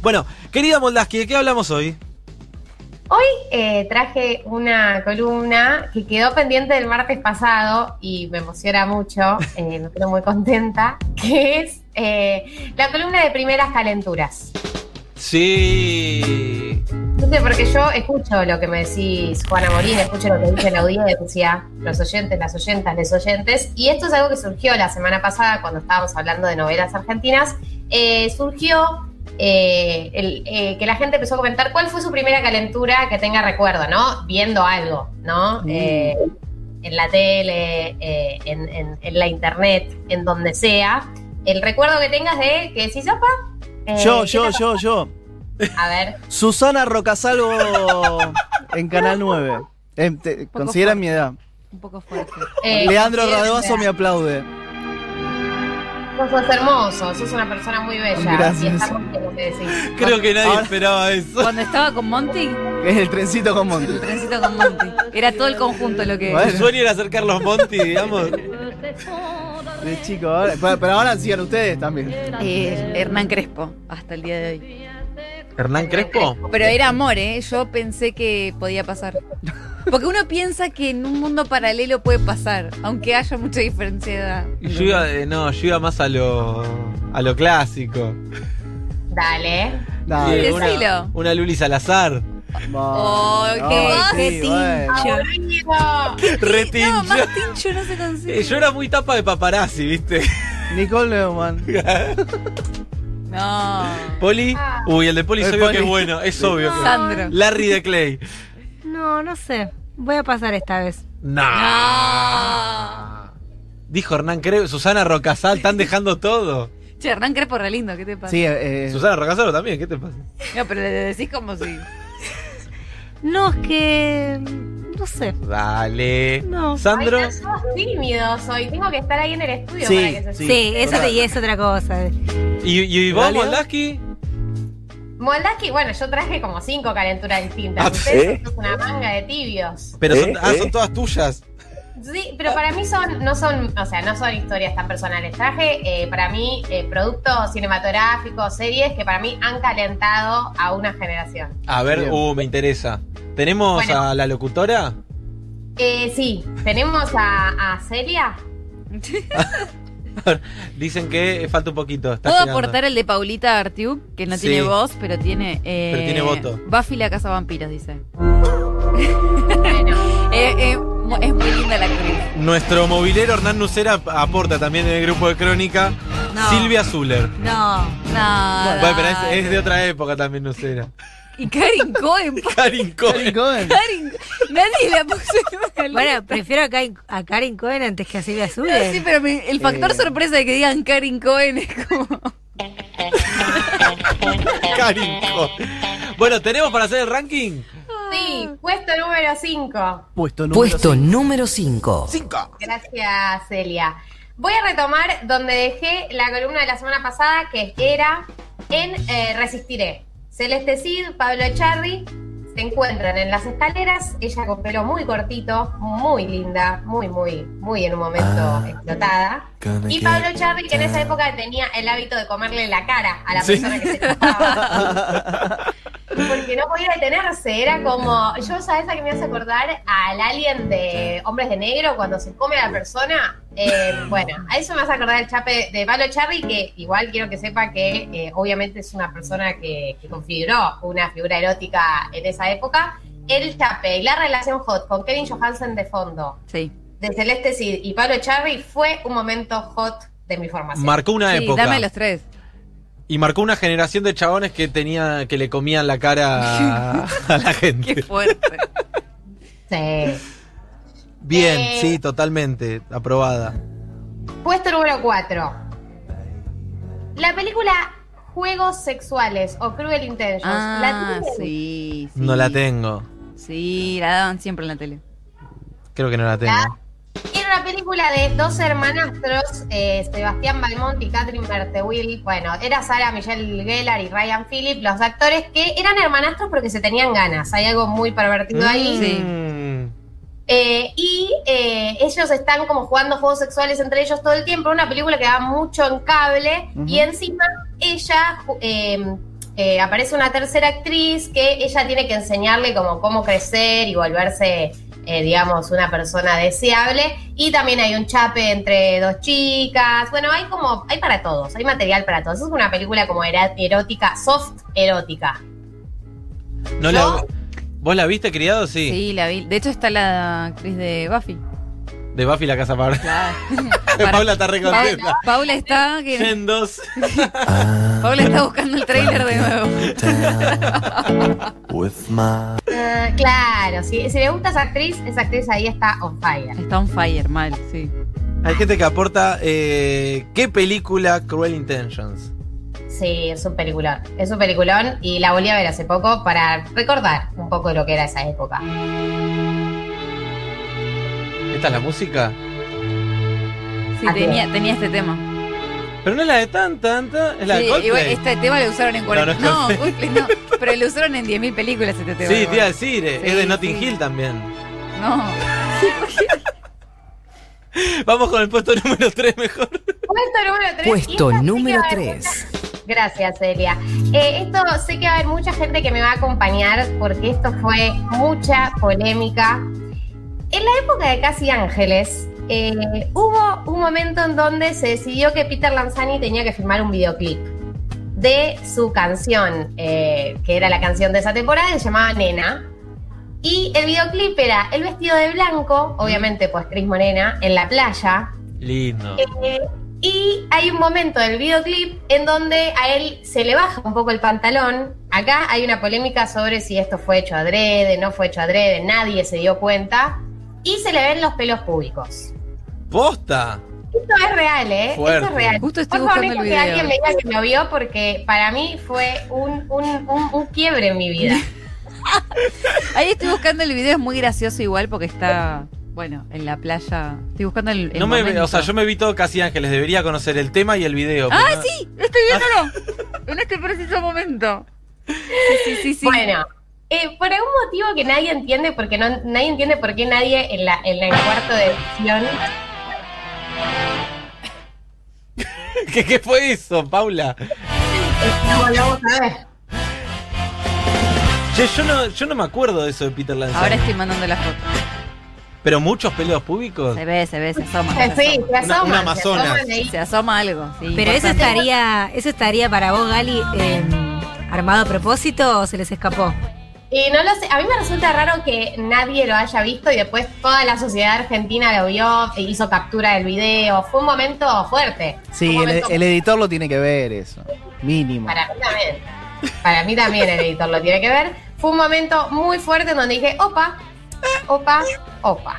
Bueno, querida Moldaski, ¿de qué hablamos hoy? Hoy eh, traje una columna que quedó pendiente del martes pasado y me emociona mucho, eh, me pone muy contenta, que es eh, la columna de primeras calenturas. Sí. No sé, porque yo escucho lo que me decís, Juana Morín, escucho lo que dice la audiencia, los oyentes, las oyentas, les oyentes, y esto es algo que surgió la semana pasada cuando estábamos hablando de novelas argentinas. Eh, surgió eh, el, eh, que la gente empezó a comentar cuál fue su primera calentura que tenga recuerdo, ¿no? Viendo algo, ¿no? Eh, en la tele, eh, en, en- en la internet, en donde sea. El recuerdo que tengas de que decís, sopa. Eh, Yo, yo, yo, yo. A ver, Susana Rocasalvo en Canal 9. Eh, te- Poco considera fuerte. mi edad. Un poco fuerte. eh, Leandro considero- Radoso me aplaude. Vos sos hermoso, sos una persona muy bella. Gracias. Y está muy bien lo que decís. Creo que nadie Ahora- esperaba eso. Cuando estaba con Monty, Es el trencito con Monti. el trencito con Monty. Era todo el conjunto lo que. Bueno. Tu sueño era hacer Carlos Monti, digamos. De chico, ahora- pa- pero ahora sigan ustedes también. Eh, Hernán Crespo, hasta el día de hoy. ¿Hernán Crespo? Pero era amor, ¿eh? Yo pensé que podía pasar. Porque uno piensa que en un mundo paralelo puede pasar, aunque haya mucha diferencia de edad. Yo iba, eh, no, yo iba más a lo, a lo clásico. Dale. No, Eh, Decilo. una, una Luli Salazar. Ah. no, Oh, qué- qué sí, tincho. bueno. Aburrido. Retincho. No, más tincho no se consigue. Eh, Yo era muy tapa de paparazzi, ¿viste? Nicole Neumann. No. Poli. Ah. Uy, el de Poli es El obvio Poli. que es bueno. Es obvio que Sandro. Larry de Clay. No, no sé. Voy a pasar esta vez. Nah. Dijo Hernán Crespo. Susana Rocasal, están dejando todo. Che, Hernán Crespo re lindo, ¿qué te pasa? Sí, eh, Susana Rocasal también, ¿qué te pasa? No, pero le decís como si. No, es que. No sé. Dale. No. Sandro. Ay, no, sos tímido soy. Tengo que estar ahí en el estudio Sí, para que se sí. Sí, eso te- y es otra cosa. ¿Y, y vos, ¿Dalia? Moldaski? Moldaki, bueno, yo traje como cinco calenturas distintas. Ah, Ustedes ¿sí? son una manga de tibios. Pero son, ¿Eh? ah, ¿Eh? son todas tuyas. Sí, pero para mí son, no son, o sea, no son historias tan personales. Traje eh, para mí eh, productos cinematográficos, series que para mí han calentado a una generación. A ver, Bien. uh, me interesa. ¿Tenemos Bueno. a la locutora? Eh, sí, tenemos a, a Celia. Dicen que falta un poquito. está Puedo llegando. aportar el de Paulita Artiuk, que no Sí. tiene voz, pero tiene. eh, Pero tiene voto. Buffy la Casa Vampiros, dice. Bueno, Eh, eh, mu- es muy linda la actriz. Nuestro movilero Hernán Nucera aporta también en el grupo de crónica No. Silvia Zuller. No. Nada. Bueno, pero es, es de otra época también Nucera. Y Karin Cohen. po- Karin Cohen. Karin Cohen. Karin. Nadie la puso en una lista. Bueno, prefiero a, Karin- a Karin Cohen antes que a Silvia Zuller. Sí, pero me- el factor Eh. sorpresa de que digan Karin Cohen es como. Karin Cohen. Bueno, ¿tenemos para hacer el ranking? sí, puesto número 5. Puesto número Puesto cinco. número 5. Gracias, Celia. Voy a retomar donde dejé la columna de la semana pasada, que era en eh, Resistiré. Celeste Cid, Pablo Echarri se encuentran en las escaleras, ella con pelo muy cortito, muy linda, muy, muy, muy en un momento explotada. Y Pablo Echarri, que en esa época tenía el hábito de comerle la cara a la Sí. persona que se tocaba. Porque no podía detenerse, era como, yo sabes a que me hace acordar al alien de Hombres de Negro cuando se come a la persona. Eh, bueno, a eso me hace acordar el chape de Pablo Charri, que igual quiero que sepa que eh, obviamente es una persona que, que configuró una figura erótica en esa época. El chape y la relación hot con Kevin Johansen de fondo, Sí. de Celeste Cid y Pablo Charri fue un momento hot de mi formación. Marcó una Sí, época. dame los tres. Y marcó una generación de chabones que tenía, que le comían la cara a, a la Qué gente. fuerte. Sí. Bien, Eh. sí, totalmente. Aprobada. Puesto número 4. La película Juegos Sexuales o Cruel Intentions. Ah, la tienen? sí, sí. No la tengo. Sí, la daban siempre en la tele. Creo que no la tengo. La- Era una película de dos hermanastros, eh, Sebastián Balmont y Catherine Bertewil. Bueno, era Sara Michelle Gellar y Ryan Phillip, los actores que eran hermanastros porque se tenían ganas. Hay algo muy pervertido ahí. Sí. Mm. Eh, y eh, ellos están como jugando juegos sexuales entre ellos todo el tiempo. Una película que va mucho en cable. Ujú. Y encima ella ju- eh, eh, aparece una tercera actriz que ella tiene que enseñarle como cómo crecer y volverse, eh, digamos, una persona deseable. Y también hay un chape entre dos chicas. Bueno, hay como, hay para todos, hay material para todos. Es una película como era- erótica, soft erótica. No la- ¿Vos la viste, criado? Sí. Sí, la vi. De hecho, está la actriz de Buffy. De Buffy la casa Paula. Para- Paula está re Pa- contenta. Paula está. que- Gen 2. Paula está buscando el trailer de nuevo. with my Ah, claro, si, si le gusta esa actriz, esa actriz ahí está on fire. Está on fire, mal, sí. Hay gente que aporta. eh, ¿Qué película? Cruel Intentions. Sí, es un peliculón. Es un peliculón y la volví a ver hace poco para recordar un poco de lo que era esa época. ¿Esta es la música? Sí, Ah, Así tenía, tenía este tema. Pero no es la de tan, tan, tan. Es la Sí, de Coldplay. igual este tema lo usaron en 40. No, no No, es Coldplay no. Pero lo usaron en 10.000 películas este tema. Sí, te igual. iba a decir. eh, es Sí, de Notting sí. Hill también. No. Vamos con el puesto número 3 mejor. Puesto número 3. Puesto número 3. Gracias, Celia. Eh, esto sé que va a haber mucha gente que me va a acompañar porque esto fue mucha polémica. En la época de Casi Ángeles, eh, hubo un momento en donde se decidió que Peter Lanzani tenía que filmar un videoclip de su canción, eh, que era la canción de esa temporada, que se llamaba Nena. Y el videoclip era el vestido de blanco, obviamente pues Cris Morena, en la playa, Lindo. eh, y hay un momento del videoclip en donde a él se le baja un poco el pantalón. Acá hay una polémica sobre si esto fue hecho adrede, no fue hecho adrede, nadie se dio cuenta. Y se le ven los pelos públicos. ¡Posta! Esto es real, ¿eh? Fuerte. Esto es real. Justo estoy Por favor, buscando necesito el que video. alguien me diga que lo vio porque para mí fue un, un, un- un quiebre en mi vida. Ahí estoy buscando el video, es muy gracioso igual porque está, bueno, en la playa. Estoy buscando el. el No me, momento. o sea, yo me vi todo casi ángeles. Debería conocer el tema y el video. ¡Ah, pero no- sí! ¡Estoy viéndolo! En este preciso momento. Sí, sí, sí. sí. Bueno, eh, por algún motivo que nadie entiende, porque no, nadie entiende por qué nadie en la, en la en cuarto de edición ¿Qué, qué fue eso, Paula? No, lo vamos a ver. Che, yo no, yo no me acuerdo de eso de Peter Lanzani. Ahora estoy mandando la foto. Pero muchos pelos públicos. Se ve, se ve, se asoma. Eh, se Sí, asoma. se asoman. una se amazona. asoman ahí. Se asoma algo, sí. Pero eso importante. estaría, eso estaría para vos, Gali, eh, armado a propósito o se les escapó. Y no lo sé, a mí me resulta raro que nadie lo haya visto y después toda la sociedad argentina lo vio, e hizo captura del video. Fue un momento fuerte. Sí, Un el, momento- el editor lo tiene que ver eso. Mínimo. Para mí también. Para mí también el editor lo tiene que ver. Fue un momento muy fuerte en donde dije, opa, opa, opa.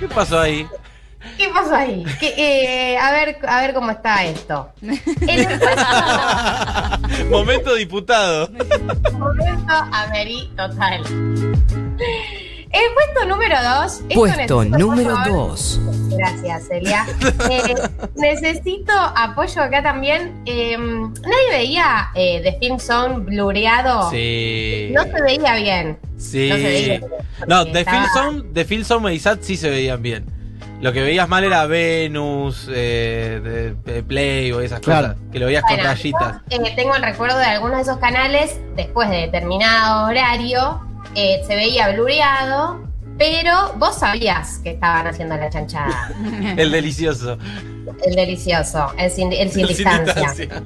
¿Qué pasó ahí? ¿Qué pasó ahí? ¿Qué- eh, a, ver, a ver cómo está esto. En el puesto- Momento diputado. Momento Ameri total. El puesto número 2. Puesto número 2. Gracias, Celia. Eh, necesito apoyo acá también. Eh, Nadie veía eh, The Film Zone blureado. Sí. No se veía bien. Sí. No se veía. No, Porque de estaba- Filson, de Filson y Sat sí se veían bien. Lo que veías mal era Venus, eh, de, de Playboy, esas Claro. cosas. Que lo veías con Bueno, rayitas. eh, tengo el recuerdo de algunos de esos canales, después de determinado horario, eh, se veía blureado, pero vos sabías que estaban haciendo la chanchada. El delicioso. El delicioso, el sin, el sin Sin distancia. distancia.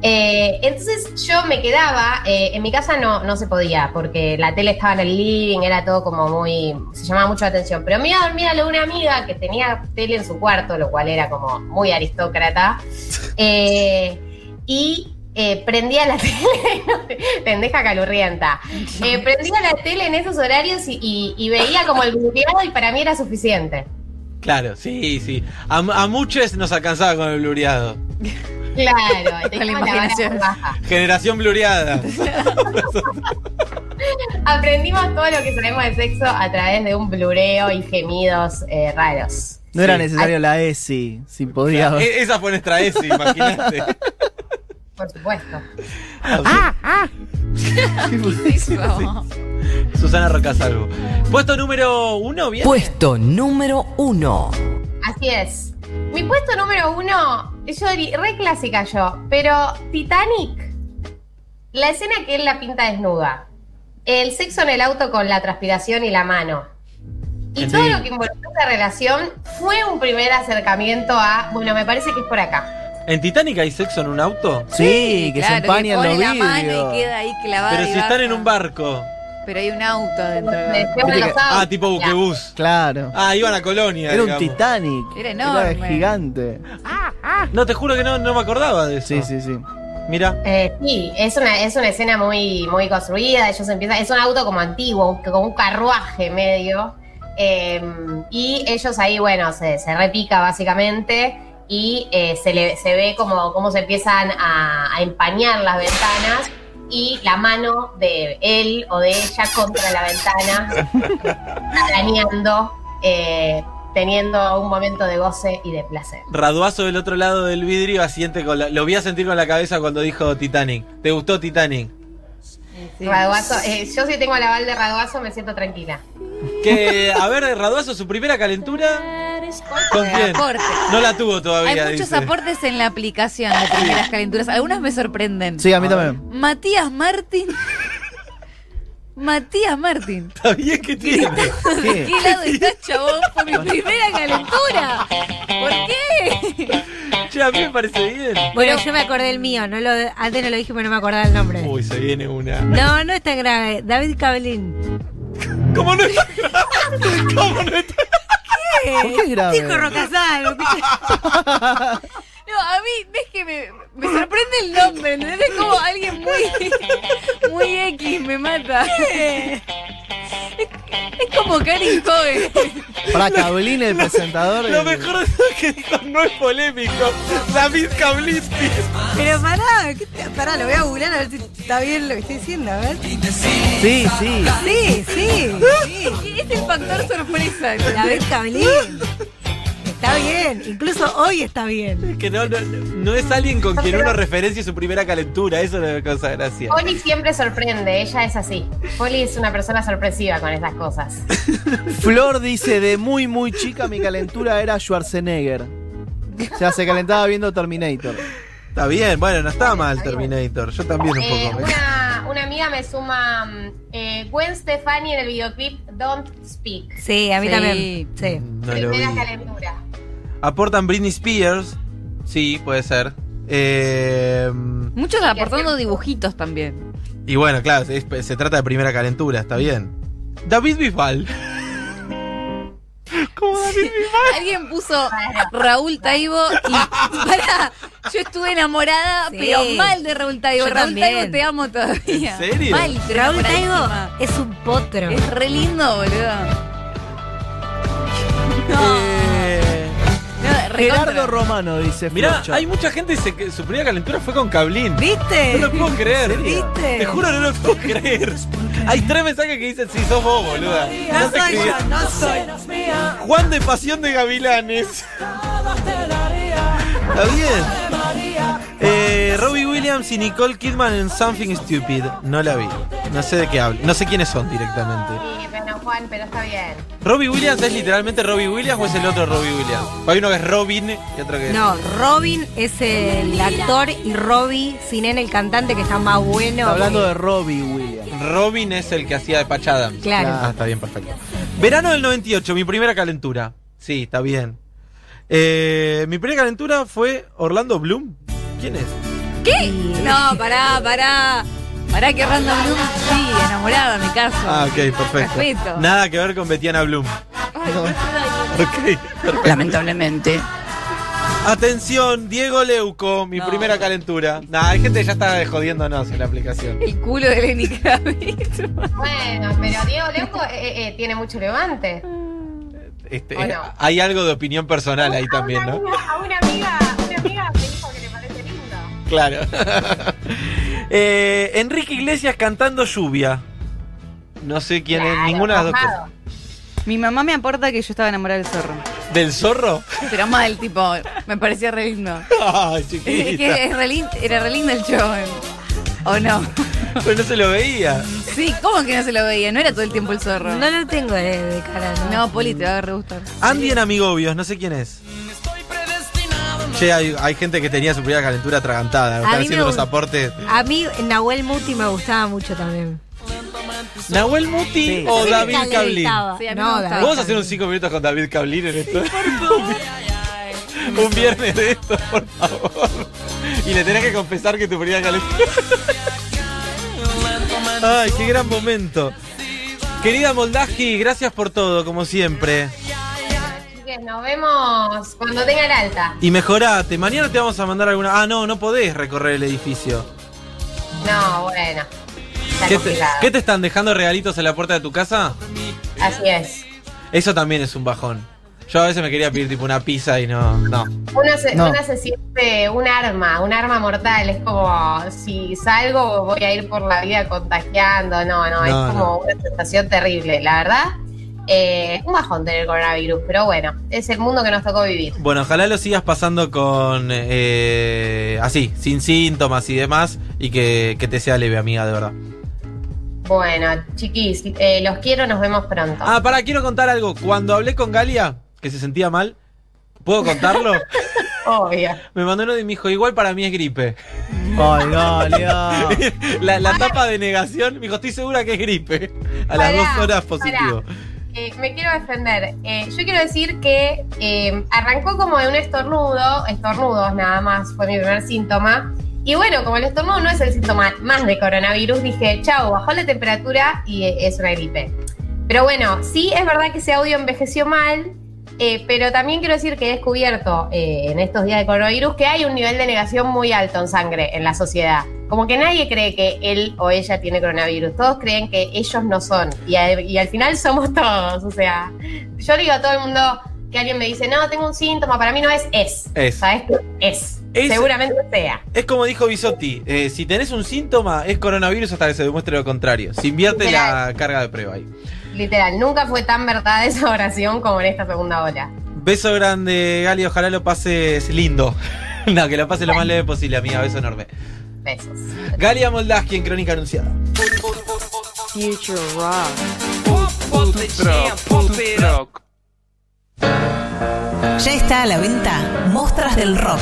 Eh, entonces yo me quedaba, eh, en mi casa no, no se podía, porque la tele estaba en el living, era todo como muy, se llamaba mucho la atención, pero me iba a dormir a lo de una amiga que tenía tele en su cuarto, lo cual era como muy aristócrata, eh, y eh, prendía la tele, no sé, pendeja calurrienta, Eh, prendía la tele en esos horarios y, y- y veía como el bloqueado y para mí era suficiente. Claro, sí, sí. A, a muchos nos alcanzaba con el blureado. Claro, tenía la vara imaginación. muy baja. Generación blureada. Aprendimos todo lo que sabemos de sexo a través de un blureo y gemidos eh, raros. No era Sí. necesario la ESI, si podía haber. E- Esa fue nuestra S, imagínate. Por supuesto. Susana Rocasalvo. Puesto número uno, bien. Pues- Puesto número 1. Así es. Mi puesto número uno, yo di- re clásica yo, pero Titanic. La escena que él la pinta desnuda. El sexo en el auto con la transpiración y la mano. Y Sí. todo lo que involucró esa relación fue un primer acercamiento a, bueno, me parece que es por acá. ¿En Titanic hay sexo en un auto? Sí, que se claro, empañan que los pone la mano vidrios. y queda ahí clavada. Pero y si están baja. en un barco. Pero hay un auto dentro. del Me decían barco. Eh, Viste los que- sábados, Ah, tipo mira, buquebús. Claro. Ah, iban a Colonia. Era un digamos. Titanic. Era enorme. gigante. No, te juro que no, no me acordaba de eso. Sí, sí, sí. Mira. eh, sí, es una, es una escena muy, muy construida. Ellos empiezan, es un auto como antiguo, un- como un carruaje medio. Eh, y ellos ahí, bueno, se, se repica básicamente y eh, se, le- se ve como, cómo se empiezan a, a empañar las ventanas y la mano de él o de ella contra la ventana, arañando, eh, teniendo un momento de goce y de placer. Raduazo del otro lado del vidrio, asiente con la- Lo voy a sentir con la cabeza cuando dijo Titanic. ¿Te gustó Titanic? Sí. Raduazo, eh, yo si tengo la aval de Raduazo me siento tranquila. Que, a ver, Raduazo, su primera calentura. ¿Con quién? Aporte. No la tuvo todavía. Hay muchos dice. aportes en la aplicación de primeras calenturas. Algunas me sorprenden. Sí, a mí también. Matías Martín. Matías Martín. Está bien que tiene. ¿De ¿Qué? qué lado estás, chabón? Fue mi primera calentura. ¿Por qué? Che, a mí me parece bien. Bueno, yo me acordé el mío. No lo, antes no lo dije, pero no me acordaba el nombre. Uy, se viene una. No, no es tan grave. David Cabelín. ¿Cómo no está grabando? ¿Cómo no está? ¿Por qué es grave? Dijo Rocasal. No, a mí, ves que me, me sorprende el nombre. ¿no? Es como alguien muy. Muy X, me mata. Es, es como Karin Cohen. Para Cablín, el presentador. Lo el- mejor es lo que dijo, no es polémico. David Kablinsky. Pero pará, ¿qué te- pará, lo voy a googlear a ver si está bien lo que estoy diciendo, a ver. Sí, sí. Sí, sí, sí. Es el factor sorpresa. David Cabelín. Está bien, incluso hoy está bien. Que no, no, no es alguien con quien uno referencia su primera calentura. Eso es una cosa gracia. Poli siempre sorprende, ella es así. Poli es una persona sorpresiva con esas cosas. Flor dice, de muy, muy chica mi calentura era Schwarzenegger. O sea, se calentaba viendo Terminator. Está bien, bueno, no está mal Terminator. Yo también un Eh, poco. una, una amiga me suma mm, eh, Gwen Stefani en el videoclip Don't Speak. Sí, a mí Sí. también. Eh, Sí. No lo vi. Primera calentura. Aportan Britney Spears. Sí, puede ser. Eh, Muchos aportando dibujitos también. y bueno, claro, es- se trata de primera calentura, está bien. David Bisbal. ¿Cómo David Bisbal? Alguien puso Raúl Taibo y. Pará, yo estuve enamorada, Sí. pero mal de Raúl Taibo. Yo Raúl también. Taibo te amo ¿En todavía. serio? Mal, pero Raúl Taigo enamoradísima. es un potro. Es re lindo, boludo. Eh, No, recontra. Gerardo Romano dice, mirá, Florcha. hay mucha gente se- que su primera calentura fue con Cablín. No ¿Viste? lo puedo creer. ¿Viste? Te juro, no lo puedo creer. Hay tres mensajes que dicen, sí, sos vos, boluda. No No te soy escribí. yo, no soy. Juan de Pasión de Gavilanes. Está bien. Eh, Robbie Williams y Nicole Kidman en Something Stupid. No la vi. No sé de qué hablo. No sé quiénes son directamente. Sí, bueno, Juan, pero está bien. ¿Robbie Williams es literalmente Robbie Williams o es el otro Robbie Williams? Hay uno que es Robin y otro que es. No, Robin es el actor y Robbie Sinen el cantante que está más bueno. Está hablando de Robbie Williams. Robin es el que hacía de Patch Adams. Claro. Ah, está bien, perfecto. Verano del 98, mi primera calentura. Sí, está bien. Eh, mi primera calentura fue Orlando Bloom. ¿Quién es? ¿Qué? No, pará, pará. Pará que Random Bloom sí, enamorada, me caso. Ah, ok, perfecto. Respeto. Nada que ver con Betiana Bloom. Ay, no, no, Ok. Lamentablemente. Atención, Diego Leuco, mi No. primera calentura. Nah, hay gente que ya está jodiéndonos en la aplicación. El culo de Lenny Kravitz. Bueno, pero Diego Leuco eh, eh, tiene mucho levante. Este, Bueno. eh, Hay algo de opinión personal ahí también, a, ¿no? una amiga, a una amiga, una amiga me dijo que le parece lindo. Claro. Eh, Enrique Iglesias cantando lluvia. No sé quién Claro, es, ninguna de las dos armado. cosas. Mi mamá me aporta que yo estaba enamorada del zorro. ¿Del zorro? Pero mal, tipo, me parecía re lindo. Ay, Es chiquita. que es re lin- era re lindo el show. ¿eh? ¿O no? Pero Pues no se lo veía. Sí, ¿cómo que no se lo veía? No era todo el tiempo el zorro. No lo tengo de, de cara. No. No, Poli, te va a re gustar. Andy en Amigobios, no sé quién es. Che, hay, hay gente que tenía su primera calentura atragantada. Están mí me haciendo los gusta. aportes. A mí Nahuel Muti me gustaba mucho también. ¿Nahuel Muti Sí. o Sí, me David Cablín? calentaba. Sí, a mí me no, gustaba. David Vamos a hacer Cablín. un 5 minutos con David Cablín en esto. un viernes de esto, por favor. Y le tenés que confesar que tu primera calentura. Ay, qué gran momento. Querida Moldaski, gracias por todo, como siempre. Así que nos vemos cuando tenga el alta. Y mejorate. Mañana te vamos a mandar alguna. Ah, no, no podés recorrer el edificio. No, bueno. Está ¿Qué te, complicado. qué te están dejando regalitos en la puerta de tu casa? Así es. Eso también es un bajón. Yo a veces me quería pedir tipo una pizza y no. No. Una se, No. una se siente un arma, un arma mortal. Es como si salgo voy a ir por la vida contagiando. No, no, No, es como una sensación terrible, la verdad. Eh, un bajón tener coronavirus, pero bueno, es el mundo que nos tocó vivir. Bueno, ojalá lo sigas pasando con. eh, así, sin síntomas y demás. Y que, que te sea leve, amiga, de verdad. Bueno, chiquis, eh, los quiero, nos vemos pronto. Ah, pará, quiero contar algo. Cuando hablé con Galia, que se sentía mal, ¿puedo contarlo? Obvio. me mandó uno y me dijo: Igual para mí es gripe. Ay, ah. Galia. La, la tapa de negación, me dijo: Estoy segura que es gripe. A las Pará, dos horas pará. positivo. Eh, me quiero defender. Eh, yo quiero decir que eh, arrancó como de un estornudo, estornudos nada más, fue mi primer síntoma. Y bueno, como el estornudo no es el síntoma más de coronavirus, dije, chau, bajó la temperatura y eh, es una gripe. Pero bueno, sí es verdad que ese audio envejeció mal, eh, pero también quiero decir que he descubierto eh, en estos días de coronavirus que hay un nivel de negación muy alto en sangre en la sociedad. Como que nadie cree que él o ella tiene coronavirus. Todos creen que ellos no son. Y, a- y al final somos todos. O sea, yo le digo a todo el mundo que alguien me dice, no, tengo un síntoma, para mí no es, es. Es. ¿Sabes qué? Es. Es- Seguramente sea. Es como dijo Bisotti, eh, si tenés un síntoma es coronavirus hasta que se demuestre lo contrario. Se invierte la carga de prueba ahí. Literal, nunca fue tan verdad esa oración como en esta segunda ola. Beso grande, Gali, ojalá lo pases lindo. no, que lo pases lo más leve posible, amiga, beso enorme. Besos. Galia Moldaski en Crónica Anunciada. Future Rock. Ya está a la venta Mostras del Rock.